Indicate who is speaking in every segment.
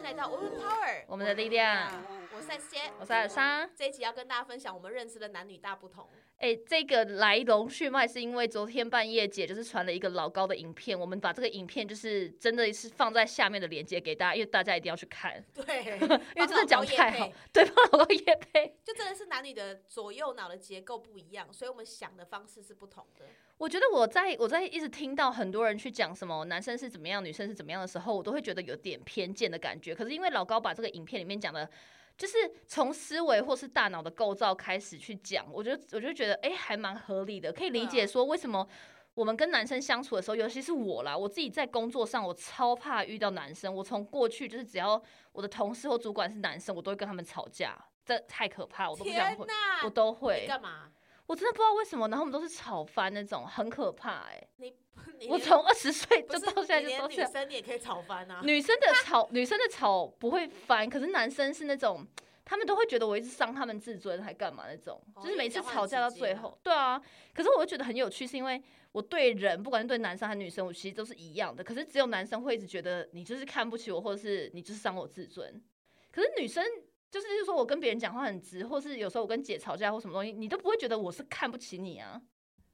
Speaker 1: 来到 Open Power，
Speaker 2: 我们的力量，
Speaker 1: 我是杰，
Speaker 2: 哦我是二三。
Speaker 1: 这一集要跟大家分享我们认知的男女大不 同。
Speaker 2: 哎、这个来龙去脉是因为昨天半夜姐就是传了一个老高的影片，我们把这个影片就是真的是放在下面的链接给大家，因为大家一定要去看，
Speaker 1: 对，
Speaker 2: 因为真的讲太
Speaker 1: 帮老高业
Speaker 2: 好
Speaker 1: 配，
Speaker 2: 对方老高也配。
Speaker 1: 就真的是男女的左右脑的结构不一样，所以我们想的方式是不同的。
Speaker 2: 我觉得我在我在一直听到很多人去讲什么男生是怎么样，女生是怎么样的时候，我都会觉得有点偏见的感觉。可是因为老高把这个影片里面讲的，就是从思维或是大脑的构造开始去讲，我就我就觉得哎、诶还蛮合理的，可以理
Speaker 1: 啊
Speaker 2: 解说为什么。我们跟男生相处的时候，尤其是我啦，我自己在工作上，我超怕遇到男生。我从过去就是，只要我的同事或主管是男生，我都会跟他们吵架，这太可怕，我都不想
Speaker 1: 天
Speaker 2: 回，
Speaker 1: 哪
Speaker 2: 我，都会。
Speaker 1: 你干嘛？
Speaker 2: 我真的不知道为什么，然后我们都是吵翻那种，很可怕哎、
Speaker 1: 你 你
Speaker 2: 我
Speaker 1: 连
Speaker 2: 从二十岁
Speaker 1: 不
Speaker 2: 就是到现在
Speaker 1: 你
Speaker 2: 就
Speaker 1: 连
Speaker 2: 到
Speaker 1: 女
Speaker 2: 现在，
Speaker 1: 生你也可以吵翻啊。
Speaker 2: 女生的吵，女生的吵不会翻，可是男生是那种，他们都会觉得我一直伤他们自尊，还干嘛那种，
Speaker 1: 哦
Speaker 2: 就是每次
Speaker 1: 因为你讲话
Speaker 2: 吵架到
Speaker 1: 很直接
Speaker 2: 最
Speaker 1: 嘛
Speaker 2: 后，对啊。可是我又觉得很有趣，是因为我对人，不管是对男生还是女生，我其实都是一样的。可是只有男生会一直觉得你就是看不起我，或者是你就是伤我自尊。可是女生。就是，就是说我跟别人讲话很直，或是有时候我跟姐吵架或什么东西，你都不会觉得我是看不起你啊。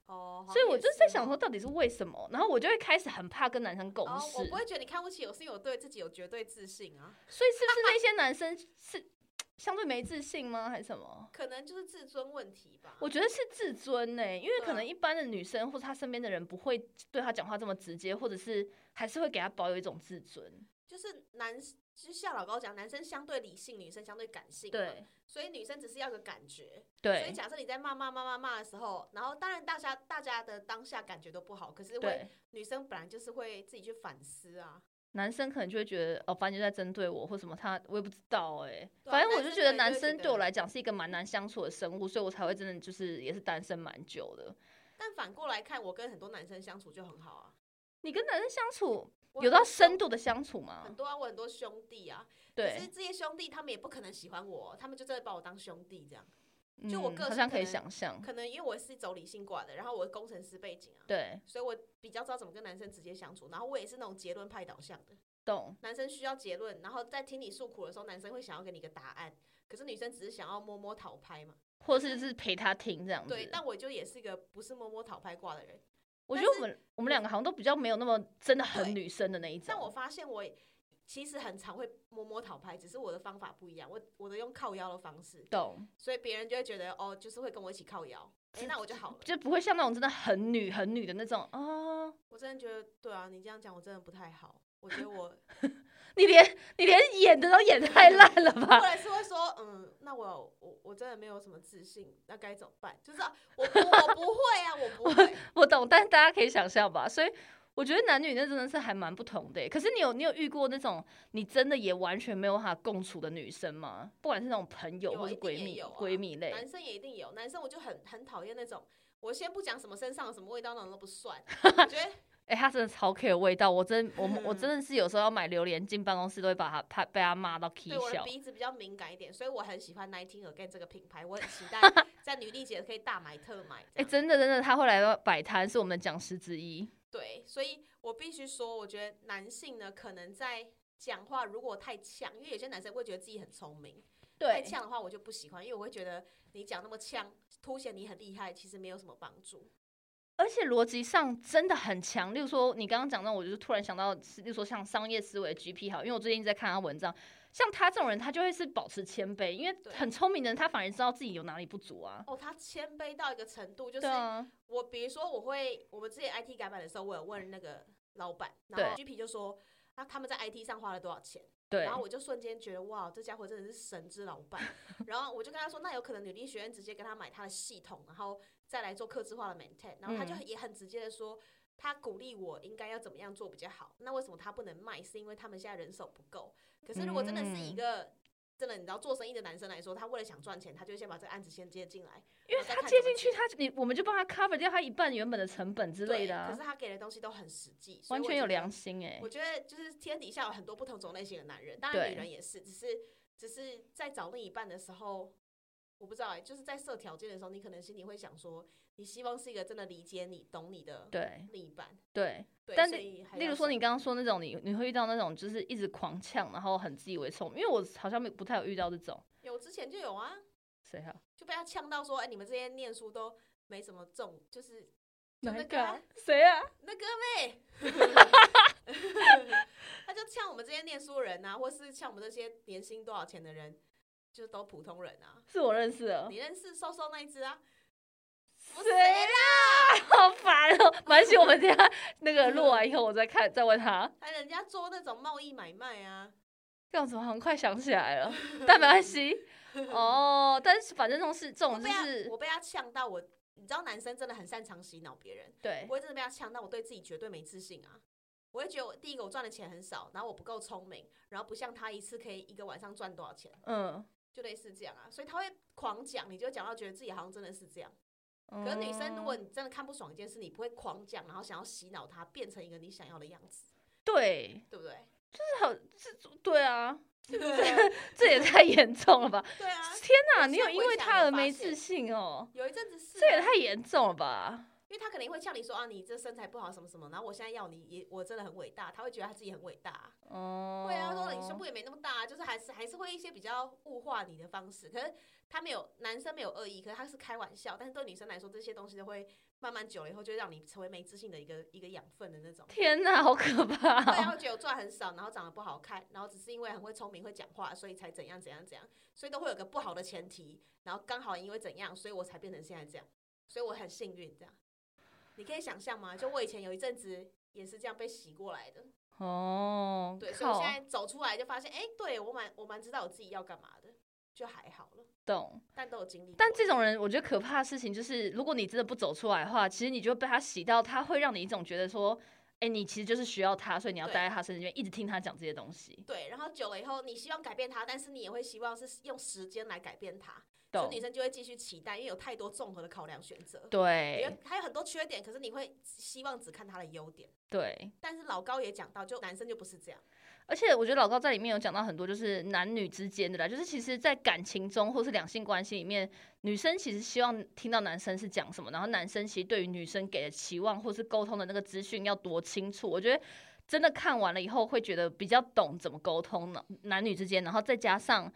Speaker 1: 哦，好
Speaker 2: 所以我就是在想，
Speaker 1: 也
Speaker 2: 说，到底是为什么？然后我就会开始很怕跟男生共
Speaker 1: 是哦哦，
Speaker 2: 事，
Speaker 1: 我不会觉得你看不起我，是因为我对自己有绝对自信啊，
Speaker 2: 所以是不是那些男生是相对没自信吗？还是什么？
Speaker 1: 可能就是自尊问题吧。
Speaker 2: 我觉得是自尊呢、欸因为
Speaker 1: 对啊
Speaker 2: 可能一般的女生或者她身边的人不会对她讲话这么直接，或者是还是会给她保有一种自尊。
Speaker 1: 就是男，就像老高讲，男生相对理性，女生相对感性，，
Speaker 2: 对
Speaker 1: 所以女生只是要个感觉。所以
Speaker 2: 对
Speaker 1: 假设你在骂骂骂骂骂的时候，然后当然大家大家的当下感觉都不好，可是会
Speaker 2: 对，
Speaker 1: 女生本来就是会自己去反思啊。
Speaker 2: 男生可能就会觉得哦，反正就在针对我或什么他，我也不知道哎、
Speaker 1: 对啊
Speaker 2: 反正我就觉得
Speaker 1: 男
Speaker 2: 男
Speaker 1: 生可能就会觉
Speaker 2: 生
Speaker 1: 得
Speaker 2: 对我来讲是一个蛮难相处的生物，所以我才会真的就是也是单身蛮久的。
Speaker 1: 但反过来看，我跟很多男生相处就很好啊，
Speaker 2: 你跟男生相处
Speaker 1: 我
Speaker 2: 有到
Speaker 1: 很
Speaker 2: 深度的相处
Speaker 1: 多
Speaker 2: 吗
Speaker 1: 很？多啊，我很多兄弟啊，可是
Speaker 2: 对，
Speaker 1: 这些兄弟他们也不可能喜欢我，他们就真的把我当兄弟这样。就我
Speaker 2: 嗯
Speaker 1: 个性
Speaker 2: 好像
Speaker 1: 可
Speaker 2: 可以
Speaker 1: 能
Speaker 2: 想象，
Speaker 1: 可能因为我是走理性挂的，然后我是工程师背景啊，
Speaker 2: 对，
Speaker 1: 所以我比较知道怎么跟男生直接相处。然后我也是那种结论派导向的，
Speaker 2: 懂，
Speaker 1: 男生需要结论，然后在听你诉苦的时候，男生会想要给你一个答案，可是女生只是想要摸摸讨拍嘛。
Speaker 2: 或是就是陪他听这样子。
Speaker 1: 嗯对，但我就也是一个不是摸摸讨拍挂的人，
Speaker 2: 我觉
Speaker 1: 但
Speaker 2: 得我们我们两个好像都比较没有那么真的很女生的那一
Speaker 1: 但我
Speaker 2: 种。
Speaker 1: 发现我其实很常会摸摸讨拍，只是我的方法不一样，我我的用靠腰的方式，
Speaker 2: 懂，
Speaker 1: 所以别人就会觉得哦，就是会跟我一起靠腰，哎、那我就好了。
Speaker 2: 就不会像那种真的很女很女的那种哦。
Speaker 1: 我真的觉得，对啊，你这样讲我真的不太好，我觉得我
Speaker 2: 你连你连演的都演 太烂了
Speaker 1: 后
Speaker 2: 吧？
Speaker 1: 来是会说，嗯，那我我我真的没有什么自信，那该怎么办？就是啊我不我不会啊，我不会。
Speaker 2: 我懂，但大家可以想象吧。所以我觉得男女那真的是还蛮不同的耶。欸可是你有你有遇过那种你真的也完全没有办法共处的女生吗？不管是那种朋友
Speaker 1: 有
Speaker 2: 或
Speaker 1: 一
Speaker 2: 是
Speaker 1: 定也
Speaker 2: 闺蜜
Speaker 1: 有啊
Speaker 2: 闺蜜类，
Speaker 1: 男生也一定有，男生我就很很讨厌那种，我先不讲什么身上有什么味道那种都不 算，我觉得
Speaker 2: 哎、他真的超 care 味道，我真我我
Speaker 1: 嗯
Speaker 2: 真的是有时候要买榴莲进办公室都会把他怕被他骂到 k
Speaker 1: 对我的
Speaker 2: 笑。
Speaker 1: 鼻子比较敏感一点，所以我很喜欢 Nineteen Again 这个品牌，我很期待在女力节可以大买特买这
Speaker 2: 哎、
Speaker 1: 样。
Speaker 2: 真的真的，他会来到摆摊是我们的讲师之一。
Speaker 1: 对，所以我必须说，我觉得男性呢，可能在讲话如果太呛，因为有些男生会觉得自己很聪明，太呛的话我就不喜欢，因为我会觉得你讲那么呛，凸显你很厉害，其实没有什么帮助。
Speaker 2: 而且逻辑上真的很强。例如说，你刚刚讲到，我就是突然想到，例如说像商业思维 GP 好，因为我最近在看他文章，像他这种人，他就会是保持谦卑，因为
Speaker 1: 对
Speaker 2: 很聪明的人，他反而知道自己有哪里不足啊。
Speaker 1: 哦，他谦卑到一个程度，就是
Speaker 2: 对啊，
Speaker 1: 我比如说我会，我们之前 IT 改版的时候，我有问那个老板，然后 G P 就说，那他们在 IT 上花了多少钱？
Speaker 2: 对
Speaker 1: 然，后我就瞬间觉得，哇，这家伙真的是神之老 板。然后我就跟他说，那有可能女力学院直接跟他买他的系统，然后再来做客制化的 maintain。然后他就
Speaker 2: 嗯
Speaker 1: 也很直接的说，他鼓励我应该要怎么样做比较好。那为什么他不能卖？是因为他们现在人手不够。可是如果真的是一
Speaker 2: 嗯
Speaker 1: 个。真的，你知道做生意的男生来说，他为了想赚钱，他就会先把这个案子先接进来，
Speaker 2: 因为
Speaker 1: 然后再
Speaker 2: 他
Speaker 1: 看
Speaker 2: 接
Speaker 1: 怎么
Speaker 2: 进去，他你我们就帮他 cover 掉他一半原本的成本之类的、
Speaker 1: 对可
Speaker 2: 啊，
Speaker 1: 是他给的东西都很实际，所以
Speaker 2: 完
Speaker 1: 我
Speaker 2: 全
Speaker 1: 觉
Speaker 2: 有
Speaker 1: 得
Speaker 2: 良心哎、
Speaker 1: 我觉得就是天底下有很多不同种类型的男人，当然
Speaker 2: 对
Speaker 1: 女人也是，只是只是在找另一半的时候，我不知道哎、就是在设条件的时候，你可能心里会想说，你希望是一个真的理解你、懂你的
Speaker 2: 对
Speaker 1: 另一半。
Speaker 2: 对，
Speaker 1: 对，
Speaker 2: 但
Speaker 1: 所
Speaker 2: 例
Speaker 1: 以还
Speaker 2: 例
Speaker 1: 要
Speaker 2: 如说
Speaker 1: 想
Speaker 2: 你刚刚说那种，你你会遇到那种就是一直狂呛，然后很自以为聪明，因为我好像没不太有遇到这种
Speaker 1: 有之前就有啊，
Speaker 2: 谁啊？
Speaker 1: 就被他呛到说，哎、你们这些念书都没什么重，就是就
Speaker 2: 哪
Speaker 1: 那个
Speaker 2: 一个
Speaker 1: 啊
Speaker 2: 啊？谁啊？
Speaker 1: 那个 妹，他就呛我们这些念书人啊，或是呛我们这些年薪多少钱的人，就是都普通人啊。
Speaker 2: 是我认识的
Speaker 1: 你，认识瘦瘦那一只啊？我
Speaker 2: 谁
Speaker 1: 谁啦？
Speaker 2: 好烦哦、没关系，我 们等一下那个录完以后，我再看，再问他。
Speaker 1: 还人家做那种贸易买卖啊，
Speaker 2: 这样子我好像快想起 来了，但没关系。哦，但是反正这种事，这
Speaker 1: 我
Speaker 2: 种哦就
Speaker 1: 被他
Speaker 2: 是
Speaker 1: 啊我被他呛到我，你知道男生真的很擅长洗脑别人，
Speaker 2: 对
Speaker 1: 我会真的被他呛到，我对自己绝对没自信啊。我会觉得我第一个我赚的钱很少，然后我不够聪明，然后不像他一次可以一个晚上赚多少钱，
Speaker 2: 嗯，
Speaker 1: 就类似这样啊。所以他会狂讲，你就讲到觉得自己好像真的是这样。
Speaker 2: 可
Speaker 1: 可是女生，如
Speaker 2: 哦嗯
Speaker 1: 果你真的看不爽一件事，你不会狂讲，然后想要洗脑她变成一个你想要的样子，
Speaker 2: 对，
Speaker 1: 对不对？
Speaker 2: 这好，这对啊，
Speaker 1: 对
Speaker 2: 这 也太严重了吧！
Speaker 1: 啊，
Speaker 2: 天哪，
Speaker 1: 我
Speaker 2: 你
Speaker 1: 现
Speaker 2: 有
Speaker 1: 在
Speaker 2: 因
Speaker 1: 回
Speaker 2: 为
Speaker 1: 想
Speaker 2: 他
Speaker 1: 有
Speaker 2: 而
Speaker 1: 发
Speaker 2: 没
Speaker 1: 现
Speaker 2: 自信哦，
Speaker 1: 有一阵子是、
Speaker 2: 这也
Speaker 1: 啊，
Speaker 2: 太严重了吧？
Speaker 1: 因为她可能会呛你说啊，你这身材不好什么什么，然后我现在要你也我真的很伟大，她会觉得她自己很伟大啊，
Speaker 2: 哦，
Speaker 1: 会啊，说你胸部也没那么大啊，就是还是还是会一些比较物化你的方式。可是她没有男生没有恶意，可是她是开玩笑，但是对女生来说，这些东西都会慢慢久了以后，就会让你成为没自信的一个一个养分的那种。
Speaker 2: 天哪，好可怕
Speaker 1: 对啊，
Speaker 2: 哦！
Speaker 1: 会觉得我赚很少，然后长得不好看，然后只是因为很会聪明、会讲话，所以才怎样怎样怎样，所以都会有个不好的前提，然后刚好因为怎样，所以我才变成现在这样，所以我很幸运这样。你可以想象吗？就我以前有一阵子也是这样被洗过来的，
Speaker 2: 哦，
Speaker 1: 对，所以我
Speaker 2: 靠
Speaker 1: 现，在走出来就发现，哎、对我蛮我蛮知道我自己要干嘛的，就还好了，
Speaker 2: 懂。
Speaker 1: 但都有经历过。
Speaker 2: 但这种人，我觉得可怕的事情就是，如果你真的不走出来的话，其实你就会被他洗到，他会让你一种觉得说，哎、你其实就是需要他，所以你要
Speaker 1: 对
Speaker 2: 待在他身边，一直听他讲这些东西。
Speaker 1: 对，然后久了以后，你希望改变他，但是你也会希望是用时间来改变他，所
Speaker 2: 懂
Speaker 1: 以？女生就会继续期待，因为有太多综合的考量选择。因
Speaker 2: 对
Speaker 1: 为他有很多缺点，可是你会希望只看他的优点。
Speaker 2: 对，
Speaker 1: 但是老高也讲到，就男生就不是这样，
Speaker 2: 而且我觉得老高在里面有讲到很多，就是男女之间的啦，就是其实，在感情中或是两性关系里面，女生其实希望听到男生是讲什么，然后男生其实对于女生给的期望或是沟通的那个资讯要多清楚。我觉得真的看完了以后，会觉得比较懂怎么沟通呢，男女之间，然后再加上。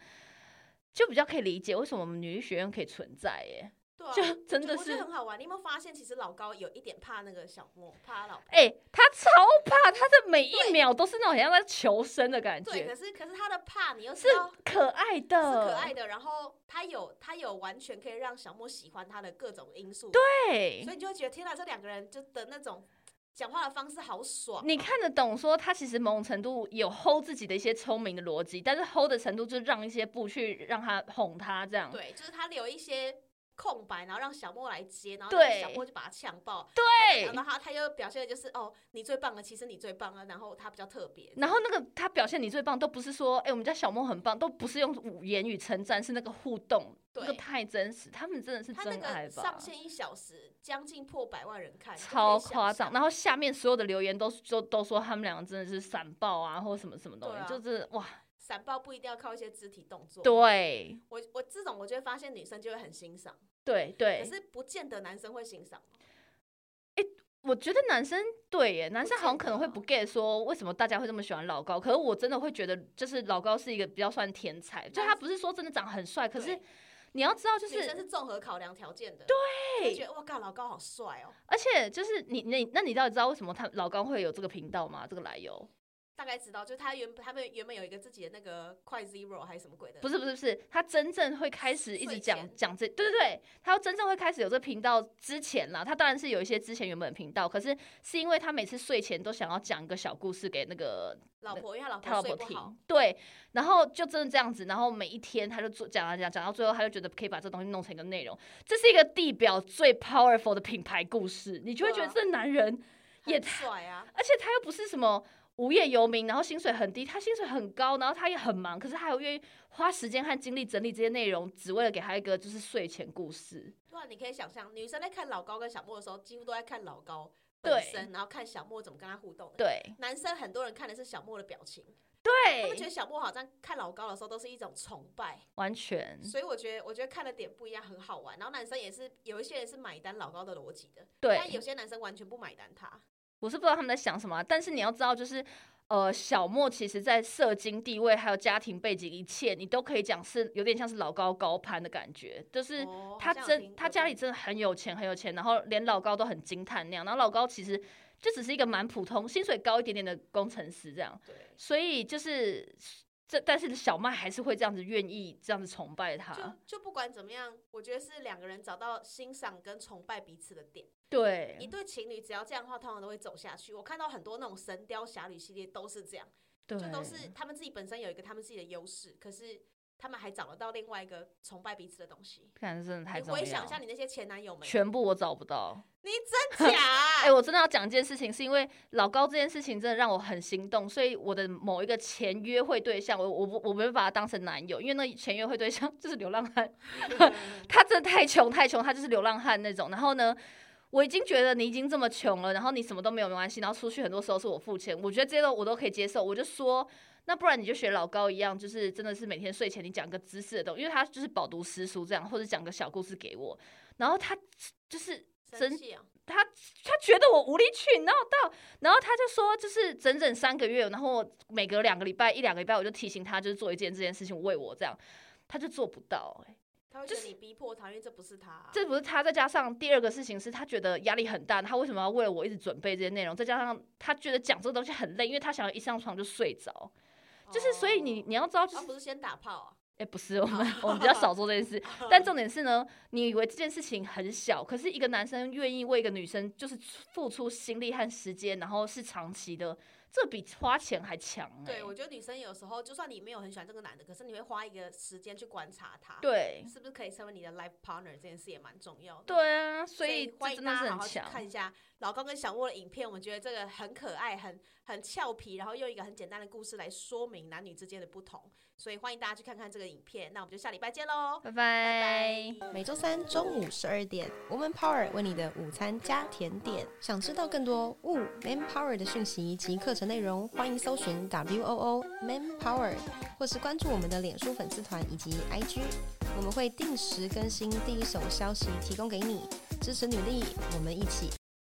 Speaker 2: 就比较可以理解为什么我们女力学院可以存在耶，
Speaker 1: 对啊，
Speaker 2: 就真的
Speaker 1: 我觉
Speaker 2: 是
Speaker 1: 得很好玩。你有没有发现，其实老高有一点怕那个小莫，怕他老婆。
Speaker 2: 哎、他超怕，他的每一秒都是那种好像在求生的感
Speaker 1: 对，
Speaker 2: 觉，
Speaker 1: 可是可是他的怕，你又知
Speaker 2: 是
Speaker 1: 道
Speaker 2: 可爱
Speaker 1: 是
Speaker 2: 的，
Speaker 1: 可爱的，然后他有他有完全可以让小莫喜欢他的各种因素，
Speaker 2: 对，
Speaker 1: 所以你就会觉得天哪，这两个人就的那种讲话的方式好爽。
Speaker 2: 你看得懂，说他其实某种程度有 hold 自己的一些聪明的逻辑，但是 hold 的程度就是让一些步去让他哄他这样。
Speaker 1: 对，就是他留一些空白，然后让小莫来接，然后
Speaker 2: 对
Speaker 1: 让小莫就把他呛爆，
Speaker 2: 对，
Speaker 1: 然后他他又表现的就是哦，你最棒了，其实你最棒了，然后他比较特别，
Speaker 2: 然后那个他表现你最棒，都不是说哎、我们家小莫很棒，都不是用五言语称赞，是那个互动，
Speaker 1: 对
Speaker 2: 那个太真实，他们真的是
Speaker 1: 他那
Speaker 2: 真爱
Speaker 1: 个
Speaker 2: 吧
Speaker 1: 上。线一小时，将近破百万人看，
Speaker 2: 超
Speaker 1: 就可以想
Speaker 2: 夸张，
Speaker 1: 象。
Speaker 2: 然后下面所有的留言都都都说他们两个真的是闪爆啊，或什么什么东西，
Speaker 1: 对啊
Speaker 2: 就是哇，
Speaker 1: 闪爆不一定要靠一些肢体动作，
Speaker 2: 对
Speaker 1: 我我这种我就会发现女生就会很欣赏，
Speaker 2: 对对
Speaker 1: 可，是不见得男生会欣赏。
Speaker 2: 我觉得男生对耶，男生好像
Speaker 1: 见
Speaker 2: 可能会
Speaker 1: 得啊
Speaker 2: 不 get 说为什么大家会这么喜欢老高，可是我真的会觉得就是老高是一个比较算天才，就
Speaker 1: 男
Speaker 2: 他不是说真的长得很帅，可是
Speaker 1: 对
Speaker 2: 你要知道就
Speaker 1: 女生
Speaker 2: 是
Speaker 1: 是综合考量条件的，对就会觉得哇靠，老高好帅哦，
Speaker 2: 而且就是你那那你到底知道为什么他老高会有这个频道吗？这个来由
Speaker 1: 大概知道，就是他原他们原本有一个自己的那个快 zero 还是什么鬼的，
Speaker 2: 不是不是不是，他真正会开始一直
Speaker 1: 睡
Speaker 2: 讲
Speaker 1: 前
Speaker 2: 讲这，对对对，他真正会开始有这个频道之前啦，他当然是有一些之前原本的频道，可是是因为他每次睡前都想要讲一个小故事给那个
Speaker 1: 老婆，因为他老
Speaker 2: 他老
Speaker 1: 睡
Speaker 2: 婆
Speaker 1: 不
Speaker 2: 听
Speaker 1: 好，，
Speaker 2: 对，然后就真的这样子，然后每一天他就做讲啊讲，讲到最后他就觉得可以把这东西弄成一个内容，这是一个地表最 powerful 的品牌故事，你就会
Speaker 1: 对
Speaker 2: 觉
Speaker 1: 啊
Speaker 2: 得这男人，也
Speaker 1: 很帅啊，
Speaker 2: 而且他又不是什么无业游民，然后薪水很低，他薪水很高，然后他也很忙，可是他还愿意花时间和精力整理这些内容，只为了给他一个就是睡前故事，
Speaker 1: 对啊，你可以想象，女生在看老高跟小莫的时候，几乎都在看老高
Speaker 2: 对
Speaker 1: 本身，然后看小莫怎么跟他互动的。
Speaker 2: 对
Speaker 1: 男生很多人看的是小莫的表情，他们觉
Speaker 2: 对，
Speaker 1: 得小莫好像看老高的时候都是一种崇拜，
Speaker 2: 完全
Speaker 1: 所以我觉得我觉得看的点不一样，很好玩。然后男生也是有一些人是买单老高的逻辑的，但
Speaker 2: 对。
Speaker 1: 有些男生完全不买单他。
Speaker 2: 我是不知道他们在想什么啊、但是你要知道，就是呃，小莫其实在社经地位还有家庭背景一切，你都可以讲是有点像是老高高攀的感觉，就是
Speaker 1: 哦
Speaker 2: 他真他家里。
Speaker 1: 好像有听过
Speaker 2: 真的很有钱，很有钱，然后连老高都很惊叹那样。然后老高其实就只是一个蛮普通、薪水高一点点的工程师这样，
Speaker 1: 对，
Speaker 2: 所以就是这，但是小麦还是会这样子愿意这样子崇拜他。
Speaker 1: 就就不管怎么样，我觉得是两个人找到欣赏跟崇拜彼此的点。一
Speaker 2: 对
Speaker 1: 对情侣只要这样的话，通常都会走下去。我看到很多那种《神雕侠侣》系列都是这样，
Speaker 2: 对，
Speaker 1: 就都是他们自己本身有一个他们自己的优势，可是他们还找得到另外一个崇拜彼此的东西。
Speaker 2: 感觉真的太
Speaker 1: 你
Speaker 2: 重
Speaker 1: 回想
Speaker 2: 要
Speaker 1: 一。下你那些前男友们，
Speaker 2: 全部我找不到。
Speaker 1: 你真假、
Speaker 2: 哎、我真的要讲一件事情，是因为老高这件事情真的让我很心动，所以我的某一个前约会对象，我我不我没有把他当成男友，因为那前约会对象 就是流浪汉，他真的太穷太穷，他就是流浪汉那种。然后呢，我已经觉得你已经这么穷了，然后你什么都没有没关系，然后出去很多时候是我付钱，我觉得这些都我都可以接受，我就说。那不然你就学老高一样，就是真的是每天睡前你讲个知识的东西，因为他就是饱读诗书这样，或者讲个小故事给我，然后他就是
Speaker 1: 生气啊！
Speaker 2: 他他觉得我无理取闹到，然后他就说，就是整整三个月，然后我每隔两个礼拜一两个礼拜，我就提醒他，就是做一件这件事情为我这样，他就做不到、欸。
Speaker 1: 他会觉得你逼迫他，因为这不是他、啊
Speaker 2: 这不是他，再加上第二个事情是他觉得压力很大，他为什么要为了我一直准备这些内容？再加上他觉得讲这个东西很累，因为他想要一上床就睡着，就是所以你
Speaker 1: 哦
Speaker 2: 你要知道，就
Speaker 1: 啊
Speaker 2: 是
Speaker 1: 不是先打炮啊？
Speaker 2: 哎、不是，我们 我们比较少做这件事。但重点是呢，你以为这件事情很小，可是一个男生愿意为一个女生就是付出心力和时间，然后是长期的，这比花钱还强、欸。
Speaker 1: 对，我觉得女生有时候就算你没有很喜欢这个男的，可是你会花一个时间去观察他，
Speaker 2: 对
Speaker 1: 是不是可以成为你的 life partner 这件事也蛮重要的。
Speaker 2: 对啊，所
Speaker 1: 所
Speaker 2: 以
Speaker 1: 以欢
Speaker 2: 这
Speaker 1: 迎
Speaker 2: 真的
Speaker 1: 大
Speaker 2: 是
Speaker 1: 家好
Speaker 2: 很
Speaker 1: 好去看
Speaker 2: 强。
Speaker 1: 一下老高跟小莫的影片，我觉得这个很可爱，很很俏皮，然后用一个很简单的故事来说明男女之间的不同，所以欢迎大家去看看这个影片。那我们就下礼拜见喽，
Speaker 2: 拜
Speaker 1: 拜
Speaker 2: 拜
Speaker 1: 拜。
Speaker 3: 每周三中午十二点，Woman Power 为你的午餐加甜点。想知道更多 Wo Man Power 的讯息及课程内容，欢迎搜寻 W O O Man Power，或是关注我们的脸书粉丝团以及 IG，我们会定时更新第一手消息，提供给你支持女力，我们一起